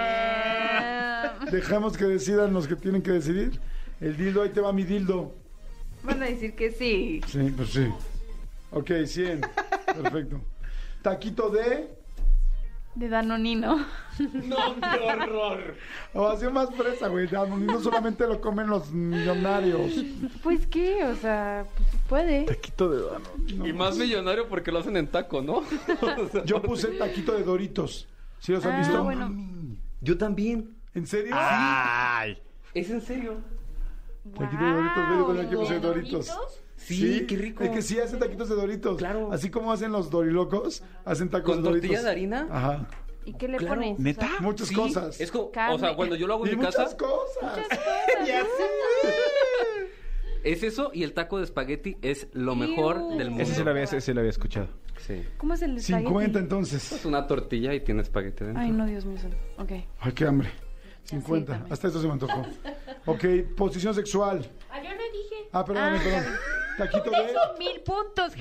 Speaker 4: Eh,
Speaker 3: Dejamos que decidan los que tienen que decidir. El dildo, ahí te va mi dildo.
Speaker 4: Van a decir que sí.
Speaker 3: Sí, pues sí. Ok, 100.
Speaker 4: *laughs*
Speaker 3: Perfecto. Taquito de.
Speaker 4: De Danonino.
Speaker 3: Ovación más fresa, güey. Ya, No no solamente lo comen los millonarios.
Speaker 4: Pues qué, o sea, pues puede.
Speaker 3: Taquito de
Speaker 6: Y más millonario porque lo hacen en taco, ¿no? *laughs* O sea,
Speaker 3: Yo puse taquito de Doritos. ¿Sí los han
Speaker 4: Ah,
Speaker 3: visto?
Speaker 4: bueno.
Speaker 6: Yo también.
Speaker 3: ¿En serio?
Speaker 6: Ah,
Speaker 5: ¡Ay!
Speaker 6: ¿Es en serio?
Speaker 3: Taquito de Doritos, ve con el que puse Doritos.
Speaker 6: Sí, qué rico.
Speaker 3: Es que sí hacen taquitos de Doritos.
Speaker 6: Claro.
Speaker 3: Así como hacen los dorilocos, hacen tacos
Speaker 6: ¿Con
Speaker 3: de Doritos.
Speaker 6: tortilla de harina?
Speaker 3: Ajá.
Speaker 4: ¿Y qué le
Speaker 6: Claro.
Speaker 4: pones?
Speaker 5: ¿Neta?
Speaker 3: Muchas
Speaker 6: Sí,
Speaker 3: cosas.
Speaker 6: Es como, o
Speaker 4: Carne.
Speaker 6: sea, cuando yo lo hago
Speaker 3: y
Speaker 6: en mi
Speaker 3: muchas
Speaker 6: casa,
Speaker 3: cosas.
Speaker 6: es eso y el taco de espagueti es lo mejor
Speaker 4: Iu.
Speaker 6: del mundo.
Speaker 5: Ese sí lo había, ese sí lo había escuchado.
Speaker 6: Sí.
Speaker 4: ¿Cómo es el espagueti?
Speaker 3: 50
Speaker 6: Es
Speaker 3: entonces.
Speaker 6: una tortilla y tiene espagueti dentro.
Speaker 4: Ay, no, Dios mío. santo. Ok.
Speaker 3: Ay, qué hambre. 50.
Speaker 4: también.
Speaker 3: Hasta eso se me antojó. Ok, posición sexual.
Speaker 7: Ah, yo no dije.
Speaker 3: Ah, perdón,
Speaker 7: Ah,
Speaker 3: perdón. Taquito
Speaker 7: Por
Speaker 3: de.
Speaker 7: eso, mil
Speaker 3: *laughs*
Speaker 7: puntos.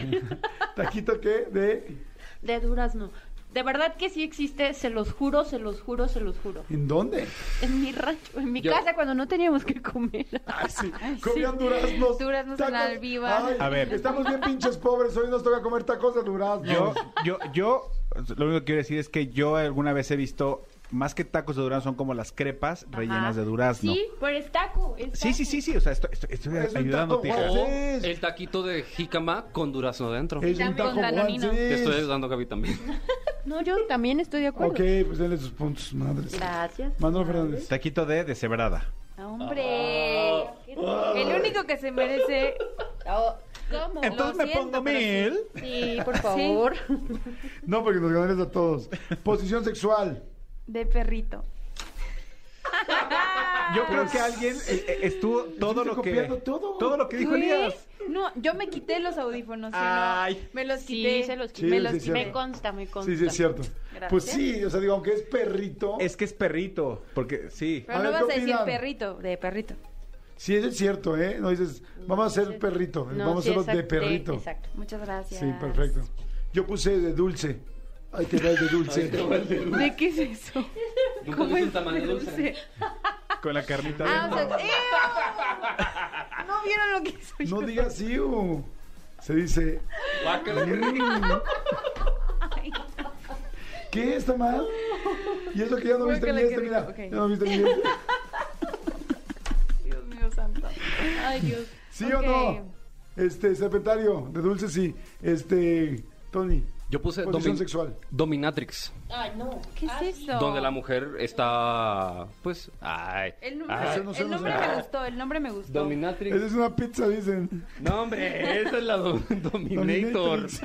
Speaker 3: Taquito qué? De.
Speaker 7: De durazno. De verdad que sí existe, se los juro, se los juro, se los juro.
Speaker 3: ¿En dónde?
Speaker 7: En mi rancho, en mi
Speaker 6: Yo-
Speaker 7: casa cuando no teníamos que comer.
Speaker 3: Ah, sí.
Speaker 4: Ay,
Speaker 3: Comían
Speaker 4: sí.
Speaker 3: duraznos.
Speaker 4: Duraznos en
Speaker 3: tacos.
Speaker 4: almíbar.
Speaker 3: Ay,
Speaker 5: A ver.
Speaker 3: Estamos bien pinches pobres. Hoy nos toca comer tacos de duraznos.
Speaker 5: Yo, yo, yo, lo único que quiero decir es que yo alguna vez he visto, más que tacos de durazno, son como las crepas rellenas
Speaker 7: Ajá.
Speaker 5: de durazno.
Speaker 7: Sí, pero es taco. es
Speaker 5: Sí, sí,
Speaker 7: taco.
Speaker 5: sí, sí, o sea, estoy, estoy- estoy
Speaker 3: Es un
Speaker 5: ayudándote.
Speaker 3: taco,
Speaker 5: hija.
Speaker 3: güey.
Speaker 6: O
Speaker 3: Así es.
Speaker 6: el taquito de jícama con durazno dentro.
Speaker 3: Es un
Speaker 4: También
Speaker 3: taco
Speaker 4: con danonino.
Speaker 3: Juan, sí.
Speaker 6: Te estoy ayudando,
Speaker 3: *laughs*
Speaker 6: Gaby, también.
Speaker 7: No, yo también estoy de acuerdo.
Speaker 3: Ok, pues denle sus puntos, madres.
Speaker 7: Gracias.
Speaker 3: Manolo Fernández.
Speaker 5: Taquito de deshebrada.
Speaker 4: Ah,
Speaker 7: Hombre.
Speaker 5: Ah.
Speaker 4: El único que se merece.
Speaker 7: Oh, ¿Cómo?
Speaker 5: Entonces
Speaker 4: Lo
Speaker 5: me
Speaker 4: siento,
Speaker 5: pongo
Speaker 4: pero
Speaker 5: mil.
Speaker 7: Sí, por favor.
Speaker 3: No, porque nos ganarías a todos. Posición sexual.
Speaker 4: De perrito. Ah.
Speaker 5: Yo creo que alguien eh, eh, estuvo todo lo que
Speaker 3: copiando todo.
Speaker 5: lo que dijo
Speaker 4: ¿Qué?
Speaker 5: Elías.
Speaker 4: No, yo me quité los audífonos. si no,
Speaker 5: Ay.
Speaker 4: me los
Speaker 7: Sí,
Speaker 4: quité.
Speaker 7: se los
Speaker 3: Sí,
Speaker 7: me, los-
Speaker 3: sí, sí,
Speaker 7: me
Speaker 3: sí.
Speaker 7: consta, me consta.
Speaker 3: Sí, sí, es cierto.
Speaker 7: Gracias.
Speaker 3: Pues sí, o sea, digo, aunque es perrito,
Speaker 5: Es que es perrito, porque sí.
Speaker 4: Pero
Speaker 3: A
Speaker 4: no
Speaker 3: ver,
Speaker 4: vas
Speaker 3: ¿qué
Speaker 4: a decir
Speaker 3: opinan?
Speaker 4: perrito, de perrito.
Speaker 3: sí eso es cierto, ¿eh? No dices, vamos a hacer perrito,
Speaker 7: No,
Speaker 3: vamos
Speaker 7: sí,
Speaker 3: a hacerlo de
Speaker 7: exacto,
Speaker 3: perrito.
Speaker 7: Exacto.
Speaker 4: Muchas eh, gracias.
Speaker 3: Sí, perfecto. Yo puse de dulce. Ahí te va el de dulce.
Speaker 4: ¿De qué es eso?
Speaker 6: Nunca
Speaker 4: ¿Cómo
Speaker 6: vi
Speaker 4: es
Speaker 6: un tamal de dulce.
Speaker 5: Con la carnita
Speaker 4: Ah, o
Speaker 5: de...
Speaker 4: sea, ¡Ew! No vieron lo que soy.
Speaker 3: No digas sí, uh. se dice. ¿Qué? ¿Está mal? Y eso que ya no
Speaker 4: Creo
Speaker 3: viste
Speaker 4: que
Speaker 3: ni
Speaker 4: le
Speaker 3: este,
Speaker 4: quedé-
Speaker 3: mira.
Speaker 4: ok.
Speaker 3: Ya no viste ni este.
Speaker 4: Dios mío santo.
Speaker 7: Ay, Dios.
Speaker 3: ¿Sí
Speaker 4: Ok.
Speaker 3: o no? Este, secretario, de dulce sí. Este, Tony,
Speaker 6: Yo puse
Speaker 3: posición
Speaker 6: domin-
Speaker 3: sexual.
Speaker 6: dominatrix,
Speaker 7: Ay, no.
Speaker 4: ¿Qué es eso?
Speaker 6: donde la mujer está, pues, ay.
Speaker 4: El nombre,
Speaker 6: ay.
Speaker 3: Ah, Eso no sé,
Speaker 4: el
Speaker 3: no
Speaker 4: nombre
Speaker 3: sé.
Speaker 4: me gustó, el nombre me gustó.
Speaker 6: Dominatrix.
Speaker 3: Esa es una pizza, dicen.
Speaker 6: No, hombre, esa es la do- *laughs* Dominator.
Speaker 3: Dominatrix.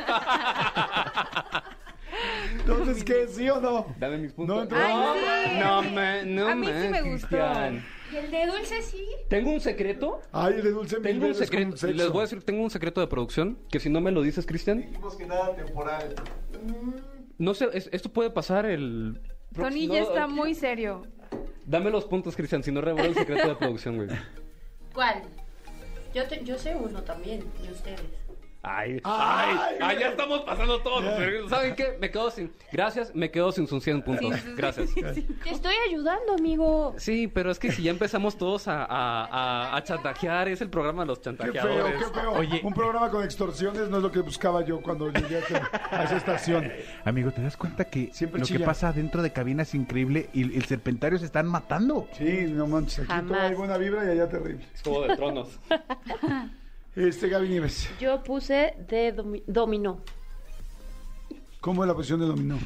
Speaker 3: Entonces, ¿qué? ¿Sí o no?
Speaker 6: Dame mis
Speaker 3: No,
Speaker 6: puntos.
Speaker 3: entonces-
Speaker 4: Ay, sí.
Speaker 6: no, me, no
Speaker 4: A mí sí
Speaker 6: me,
Speaker 4: me gustó.
Speaker 6: Cristian.
Speaker 10: ¿Y el de dulce sí?
Speaker 6: Tengo un secreto.
Speaker 3: Ay, el de dulce mil
Speaker 6: Tengo un
Speaker 3: veces con
Speaker 6: secreto.
Speaker 3: sexo.
Speaker 6: Les voy a decir, tengo un secreto de producción que si no me lo dices, Cristian, Mm.
Speaker 9: Dijimos que nada temporal.
Speaker 6: no sé, es- esto puede pasar el.
Speaker 4: Tony
Speaker 6: próximo-
Speaker 4: ya está muy serio.
Speaker 6: Dame los puntos, Cristian, si no revelo el secreto de producción, güey.
Speaker 10: ¿Cuál? Yo, te- yo sé uno también, de ustedes.
Speaker 6: Ay,
Speaker 3: Ay,
Speaker 6: ay, ay, ya estamos pasando todos los secretos. ¿Saben qué? Me quedo sin. Gracias, me quedo sin sus 100 puntos. Gracias.
Speaker 7: Te estoy ayudando, amigo.
Speaker 6: Sí, pero es que si ya empezamos todos a, a, a- a chantajear, es el programa de los
Speaker 3: Qué feo,
Speaker 6: chantajeadores.
Speaker 3: qué feo.
Speaker 5: Oye.
Speaker 3: Un programa con extorsiones no es lo que buscaba yo cuando llegué a, este- a esa estación.
Speaker 5: Amigo, ¿te das cuenta que
Speaker 3: Siempre
Speaker 5: lo
Speaker 3: chilla.
Speaker 5: que pasa dentro de cabina es increíble y el- el serpentario se están matando?
Speaker 3: Sí, no manches. Aquí
Speaker 7: Jamás.
Speaker 3: todo hay buena vibra y allá terrible.
Speaker 6: Es Juego de
Speaker 4: *laughs*
Speaker 6: tronos.
Speaker 3: Este, Gaby Nieves,
Speaker 7: Yo puse de domi- dominó.
Speaker 3: ¿cómo es la posición de dominó?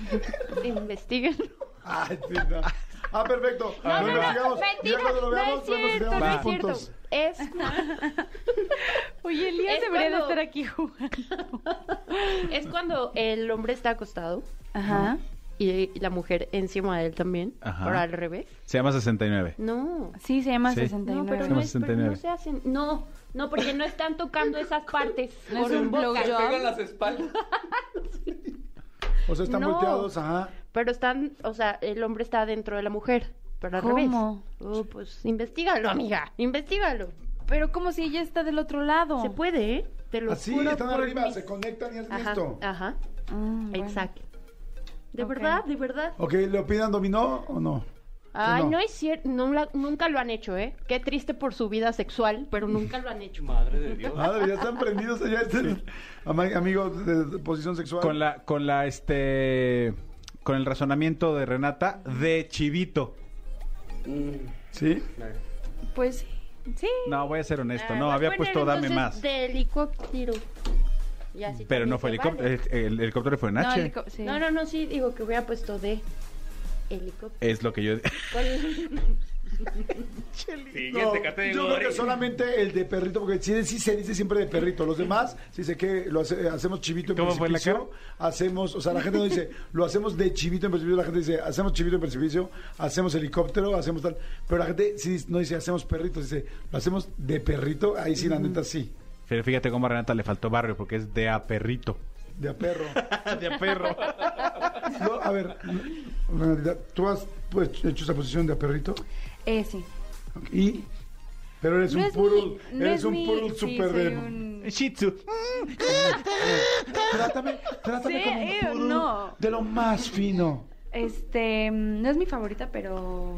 Speaker 7: Investiguen.
Speaker 3: Ay, sí, no. Ah, perfecto.
Speaker 10: No,
Speaker 3: Bueno,
Speaker 10: no, no,
Speaker 3: sigamos.
Speaker 10: mentira,
Speaker 3: Ya cuando lo
Speaker 10: no
Speaker 3: veamos,
Speaker 10: es
Speaker 3: vemos si
Speaker 10: cierto,
Speaker 3: tenemos
Speaker 10: no
Speaker 3: más
Speaker 10: es cierto.
Speaker 3: puntos.
Speaker 7: Es
Speaker 4: Oye, Elías
Speaker 7: Es
Speaker 4: debería
Speaker 7: cuando-
Speaker 4: de estar aquí jugando.
Speaker 7: Es cuando el hombre está acostado
Speaker 4: Ajá.
Speaker 7: y la mujer encima de él también,
Speaker 5: Ajá.
Speaker 7: pero al revés.
Speaker 5: Se llama 69.
Speaker 7: No.
Speaker 4: Sí, se llama
Speaker 5: Sí.
Speaker 4: 69.
Speaker 7: No, pero
Speaker 5: Somos
Speaker 7: no, es, pero
Speaker 5: 69.
Speaker 7: no se hacen. No, no, porque no están tocando esas partes.
Speaker 4: No es
Speaker 7: con
Speaker 4: un
Speaker 7: boca.
Speaker 4: blowjob.
Speaker 6: Pegan las espaldas.
Speaker 3: O sea, están
Speaker 7: No.
Speaker 3: volteados, ajá.
Speaker 7: Pero están, o sea, el hombre está dentro de la mujer, pero al revés.
Speaker 4: ¿Cómo?
Speaker 7: Oh, pues investigalo, amiga, investigalo.
Speaker 4: Pero como si ella está del otro lado.
Speaker 7: Se puede, ¿eh? Te lo
Speaker 3: Así,
Speaker 7: juro
Speaker 3: están
Speaker 7: por
Speaker 3: arriba,
Speaker 7: mis-
Speaker 3: se conectan y hacen
Speaker 7: Ajá,
Speaker 3: esto.
Speaker 10: Ah.
Speaker 7: ajá,
Speaker 4: Mm, bueno.
Speaker 7: exacto. De
Speaker 4: Ok.
Speaker 7: verdad, de verdad.
Speaker 3: Ok, ¿le opinan dominó o no?
Speaker 7: Ay,
Speaker 3: no.
Speaker 7: no, es cierto, no la- nunca lo han hecho, ¿eh? Qué triste por su vida sexual, pero nunca lo han hecho.
Speaker 6: Madre de Dios.
Speaker 3: Madre, Ah, ya están prendidos allá. Este, ama- amigo de, de posición sexual.
Speaker 5: Con la, con la, este, con el razonamiento de Renata de Chivito.
Speaker 3: ¿Sí?
Speaker 4: Pues sí. sí.
Speaker 5: No, voy a ser honesto,
Speaker 7: Ah,
Speaker 5: no,
Speaker 7: vas a
Speaker 5: había
Speaker 7: poner,
Speaker 5: puesto dame
Speaker 7: entonces,
Speaker 5: más.
Speaker 7: De helicóptero. Y así
Speaker 5: Pero
Speaker 7: también
Speaker 5: no fue
Speaker 7: se
Speaker 5: helicóptero, eh.
Speaker 7: vale.
Speaker 5: el, el helicóptero fue en
Speaker 4: No,
Speaker 5: H.
Speaker 4: el co- sí.
Speaker 7: No, no, no, sí, digo que hubiera puesto de helicóptero.
Speaker 5: Es lo que yo...
Speaker 3: No, yo creo que solamente el de perrito, porque sí, sí se dice siempre de perrito. Los demás, si dice que lo hace- hacemos chivito en
Speaker 5: ¿Cómo fue la
Speaker 3: precipicio, hacemos, o sea, la gente no
Speaker 5: *laughs*
Speaker 3: dice, lo hacemos de chivito en precipicio, la gente dice, hacemos chivito en precipicio, hacemos helicóptero, hacemos tal. Pero la gente sí no dice, hacemos perrito, dice, lo hacemos de perrito, ahí sí, la neta sí,
Speaker 5: *laughs* Pero fíjate cómo a Renata le faltó barrio, porque es de a perrito.
Speaker 3: *laughs* de a perro.
Speaker 5: de a perro.
Speaker 3: No, a ver, Renatita, tú has pues, hecho esa posición de a perrito
Speaker 4: Eh, sí.
Speaker 3: y. Pero eres
Speaker 4: No
Speaker 3: un
Speaker 4: es mi-
Speaker 3: poodle,
Speaker 4: no
Speaker 3: eres
Speaker 4: es
Speaker 3: un
Speaker 4: mi-
Speaker 3: poodle
Speaker 4: sí,
Speaker 3: super
Speaker 4: soy
Speaker 3: de-
Speaker 4: un-
Speaker 5: *laughs* Shih Tzu.
Speaker 3: Trátame, trátame
Speaker 4: Sí,
Speaker 3: como un
Speaker 4: eh,
Speaker 3: poodle
Speaker 4: no.
Speaker 3: de lo más fino.
Speaker 4: Este, mm, no es mi favorita, pero...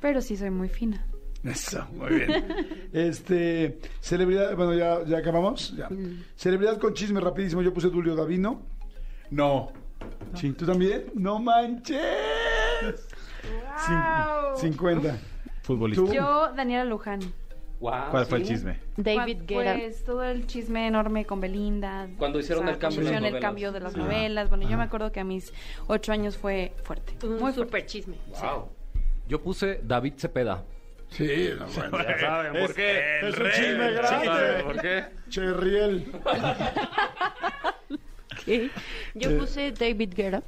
Speaker 4: Pero sí soy muy fina.
Speaker 3: Eso, muy bien. Este, celebridad, bueno, ya, ya acabamos. ya.
Speaker 4: Mm.
Speaker 3: Celebridad con chisme rapidísimo. Yo puse Tulio Davino.
Speaker 5: No.
Speaker 3: Sí, tú también. No manches. Cin- 50.
Speaker 5: Futbolista.
Speaker 3: Tú.
Speaker 4: Yo, Daniela Luján.
Speaker 6: Wow,
Speaker 5: ¿Cuál fue el
Speaker 6: sí.
Speaker 5: chisme?
Speaker 7: *laughs* David
Speaker 4: Cua-
Speaker 7: Guerra.
Speaker 4: Pues todo el chisme enorme con Belinda.
Speaker 6: Cuando hicieron el
Speaker 4: cuando
Speaker 6: cambio de las
Speaker 4: hicieron el
Speaker 6: novelas.
Speaker 4: cambio de
Speaker 3: Ah.
Speaker 4: las
Speaker 6: Ajá.
Speaker 4: novelas. Bueno, yo me acuerdo que a mis ocho años fue fuerte.
Speaker 7: un
Speaker 4: Muy fuerte.
Speaker 7: super chisme.
Speaker 6: Wow. Yo puse David Cepeda.
Speaker 3: Sí, no manches.
Speaker 6: Ya saben por qué.
Speaker 3: Es un chisme grande.
Speaker 6: qué?
Speaker 3: Cherriel.
Speaker 7: Ok.
Speaker 3: Eh,
Speaker 7: Yo puse David Guerra.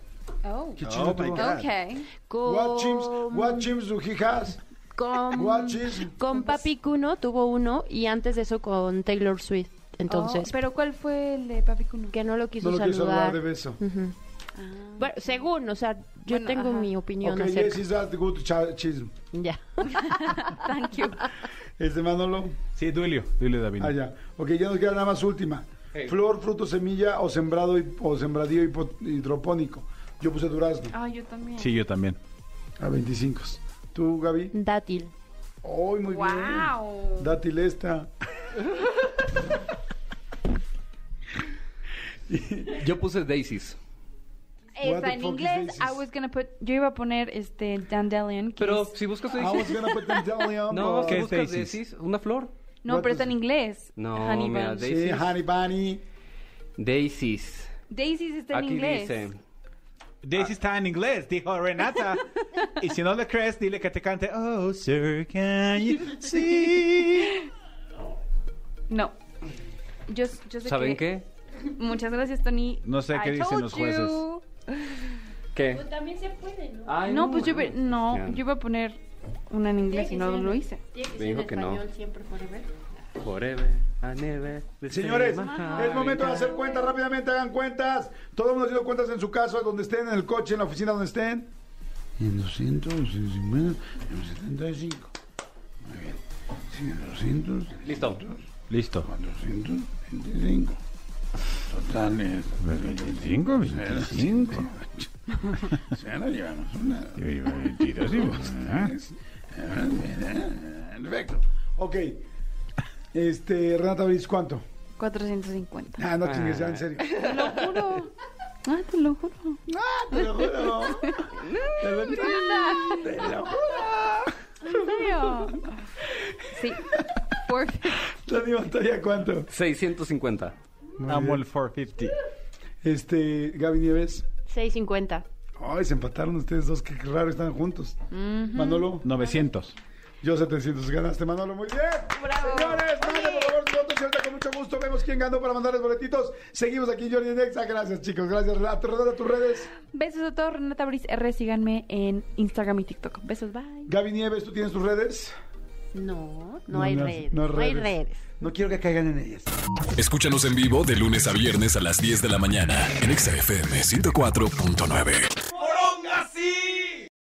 Speaker 4: Oh.
Speaker 3: Qué chisme
Speaker 5: my
Speaker 3: tuvo.
Speaker 5: God.
Speaker 4: Ok.
Speaker 7: Con,
Speaker 4: Oh.
Speaker 3: What chims, what chims do he has?
Speaker 7: con,
Speaker 3: what chims?
Speaker 7: con Papi Cuno tuvo uno y antes de eso con Taylor Swift. Entonces,
Speaker 4: Oh, pero ¿cuál fue el de Papi Kuno?
Speaker 7: que no lo quiso
Speaker 3: No lo quiso
Speaker 7: saludar.
Speaker 3: saludar de beso.
Speaker 7: Ujú. Bueno, según, o sea, yo
Speaker 4: Bueno,
Speaker 7: tengo
Speaker 4: ajá.
Speaker 7: mi opinión
Speaker 3: Ok,
Speaker 7: acerca.
Speaker 3: yes, is that good cha- chisme?
Speaker 7: Ya.
Speaker 4: Thank you.
Speaker 3: Este Manolo.
Speaker 5: Sí, Duilio. Duilio Davino.
Speaker 3: Ah, ya. Ok, ya nos queda nada más última.
Speaker 6: Hey.
Speaker 3: Flor, fruto, semilla o sembrado hip- o sembradío hipo- hidropónico. Yo puse durazno
Speaker 4: Ah, yo también.
Speaker 5: Sí, yo también.
Speaker 3: a 25. ¿Tú, Gaby? ¡Ay,
Speaker 7: Dátil.
Speaker 3: muy bien!
Speaker 4: ¡Wow!
Speaker 3: Dátil esta.
Speaker 6: Yo puse Daisies.
Speaker 3: What
Speaker 4: Esa
Speaker 3: the
Speaker 4: en
Speaker 3: fuck is
Speaker 4: inglés,
Speaker 3: this?
Speaker 4: I was gonna put. Yo iba a poner este Dandelion. que
Speaker 6: Pero
Speaker 4: es-
Speaker 6: si buscas
Speaker 3: I was
Speaker 6: Daisies.
Speaker 3: gonna put them down, Leon,
Speaker 6: No,
Speaker 3: but-
Speaker 6: si
Speaker 5: ¿Qué es
Speaker 6: buscas
Speaker 5: Daisies?
Speaker 6: Daisies, una flor.
Speaker 4: No,
Speaker 3: What is-
Speaker 4: pero está en inglés.
Speaker 6: No,
Speaker 4: Honey
Speaker 6: mira,
Speaker 4: buns.
Speaker 6: de-
Speaker 3: Sí,
Speaker 6: Daisies.
Speaker 3: honey bunny.
Speaker 6: Daisies.
Speaker 4: Daisies está en
Speaker 6: Aquí
Speaker 4: inglés.
Speaker 6: dice.
Speaker 3: Ah.
Speaker 5: Daisy está en inglés, dijo Renata. y si no le crees, dile que te cante. Oh, sir, can you see?
Speaker 4: No. Yo, yo sé
Speaker 6: ¿Saben
Speaker 4: que-
Speaker 6: qué?
Speaker 4: Muchas gracias, Tony.
Speaker 5: No sé qué
Speaker 4: I
Speaker 5: dicen
Speaker 4: told
Speaker 5: los jueces.
Speaker 4: you.
Speaker 6: ¿Qué?
Speaker 10: También se puede, ¿no?
Speaker 6: Ay,
Speaker 4: No, pues yo iba, no,
Speaker 6: Cristian.
Speaker 4: yo iba a poner una en inglés y
Speaker 10: Tiene que
Speaker 4: no
Speaker 10: ser-
Speaker 4: lo hice.
Speaker 10: Tiene que
Speaker 6: Me
Speaker 10: ser en
Speaker 6: dijo que no.
Speaker 10: español siempre forever.
Speaker 4: Mm.
Speaker 6: Forever, I never will stay
Speaker 3: Señores,
Speaker 6: my
Speaker 3: es momento de
Speaker 6: heart.
Speaker 3: hacer cuentas, rápidamente hagan cuentas. Todo el mundo haciendo cuentas en su casa, donde estén, en el coche, en la oficina, donde estén.
Speaker 11: En 200, en 50, en 75. Muy bien. Sí, en 200.
Speaker 6: Listo.
Speaker 5: Listo.
Speaker 11: 425. Totales. 25, *laughs* 25. Se ahora llevamos una. 22 y *laughs* eh, Perfecto.
Speaker 3: Ok. Este, Renata Briz, ¿cuánto?
Speaker 4: 450.
Speaker 3: Ah, no chingues, ya, en serio.
Speaker 4: Te lo *laughs* juro. Ah, te lo juro.
Speaker 3: Te lo juro. Te lo juro. Te lo
Speaker 4: ¿En serio? Sí. Perfecto.
Speaker 3: Tony Montoya, ¿cuánto?
Speaker 6: 650.
Speaker 5: Amo el 450.
Speaker 3: Este, Gaby Nieves.
Speaker 7: 650.
Speaker 3: Ay, se empataron ustedes dos, qué raro están juntos. Manolo.
Speaker 5: 900.
Speaker 3: Yo 700 ganaste, Manolo, muy bien. Señores, manden por favor sus votos y ahorita con mucho gusto vemos quién ganó para mandarles boletitos. Seguimos aquí en Jordi Nexa. Gracias, chicos. Gracias. Renata, Renata, tus redes.
Speaker 4: Besos a todos. Renata Briz R. Síganme en Instagram y TikTok. Besos, bye.
Speaker 3: Gaby Nieves, ¿tú tienes tus redes?
Speaker 10: No,
Speaker 3: No, no, no hay redes. No quiero que caigan en ellas.
Speaker 2: Escúchanos en vivo de lunes a viernes a las 10 de la mañana en Exa FM 104.9.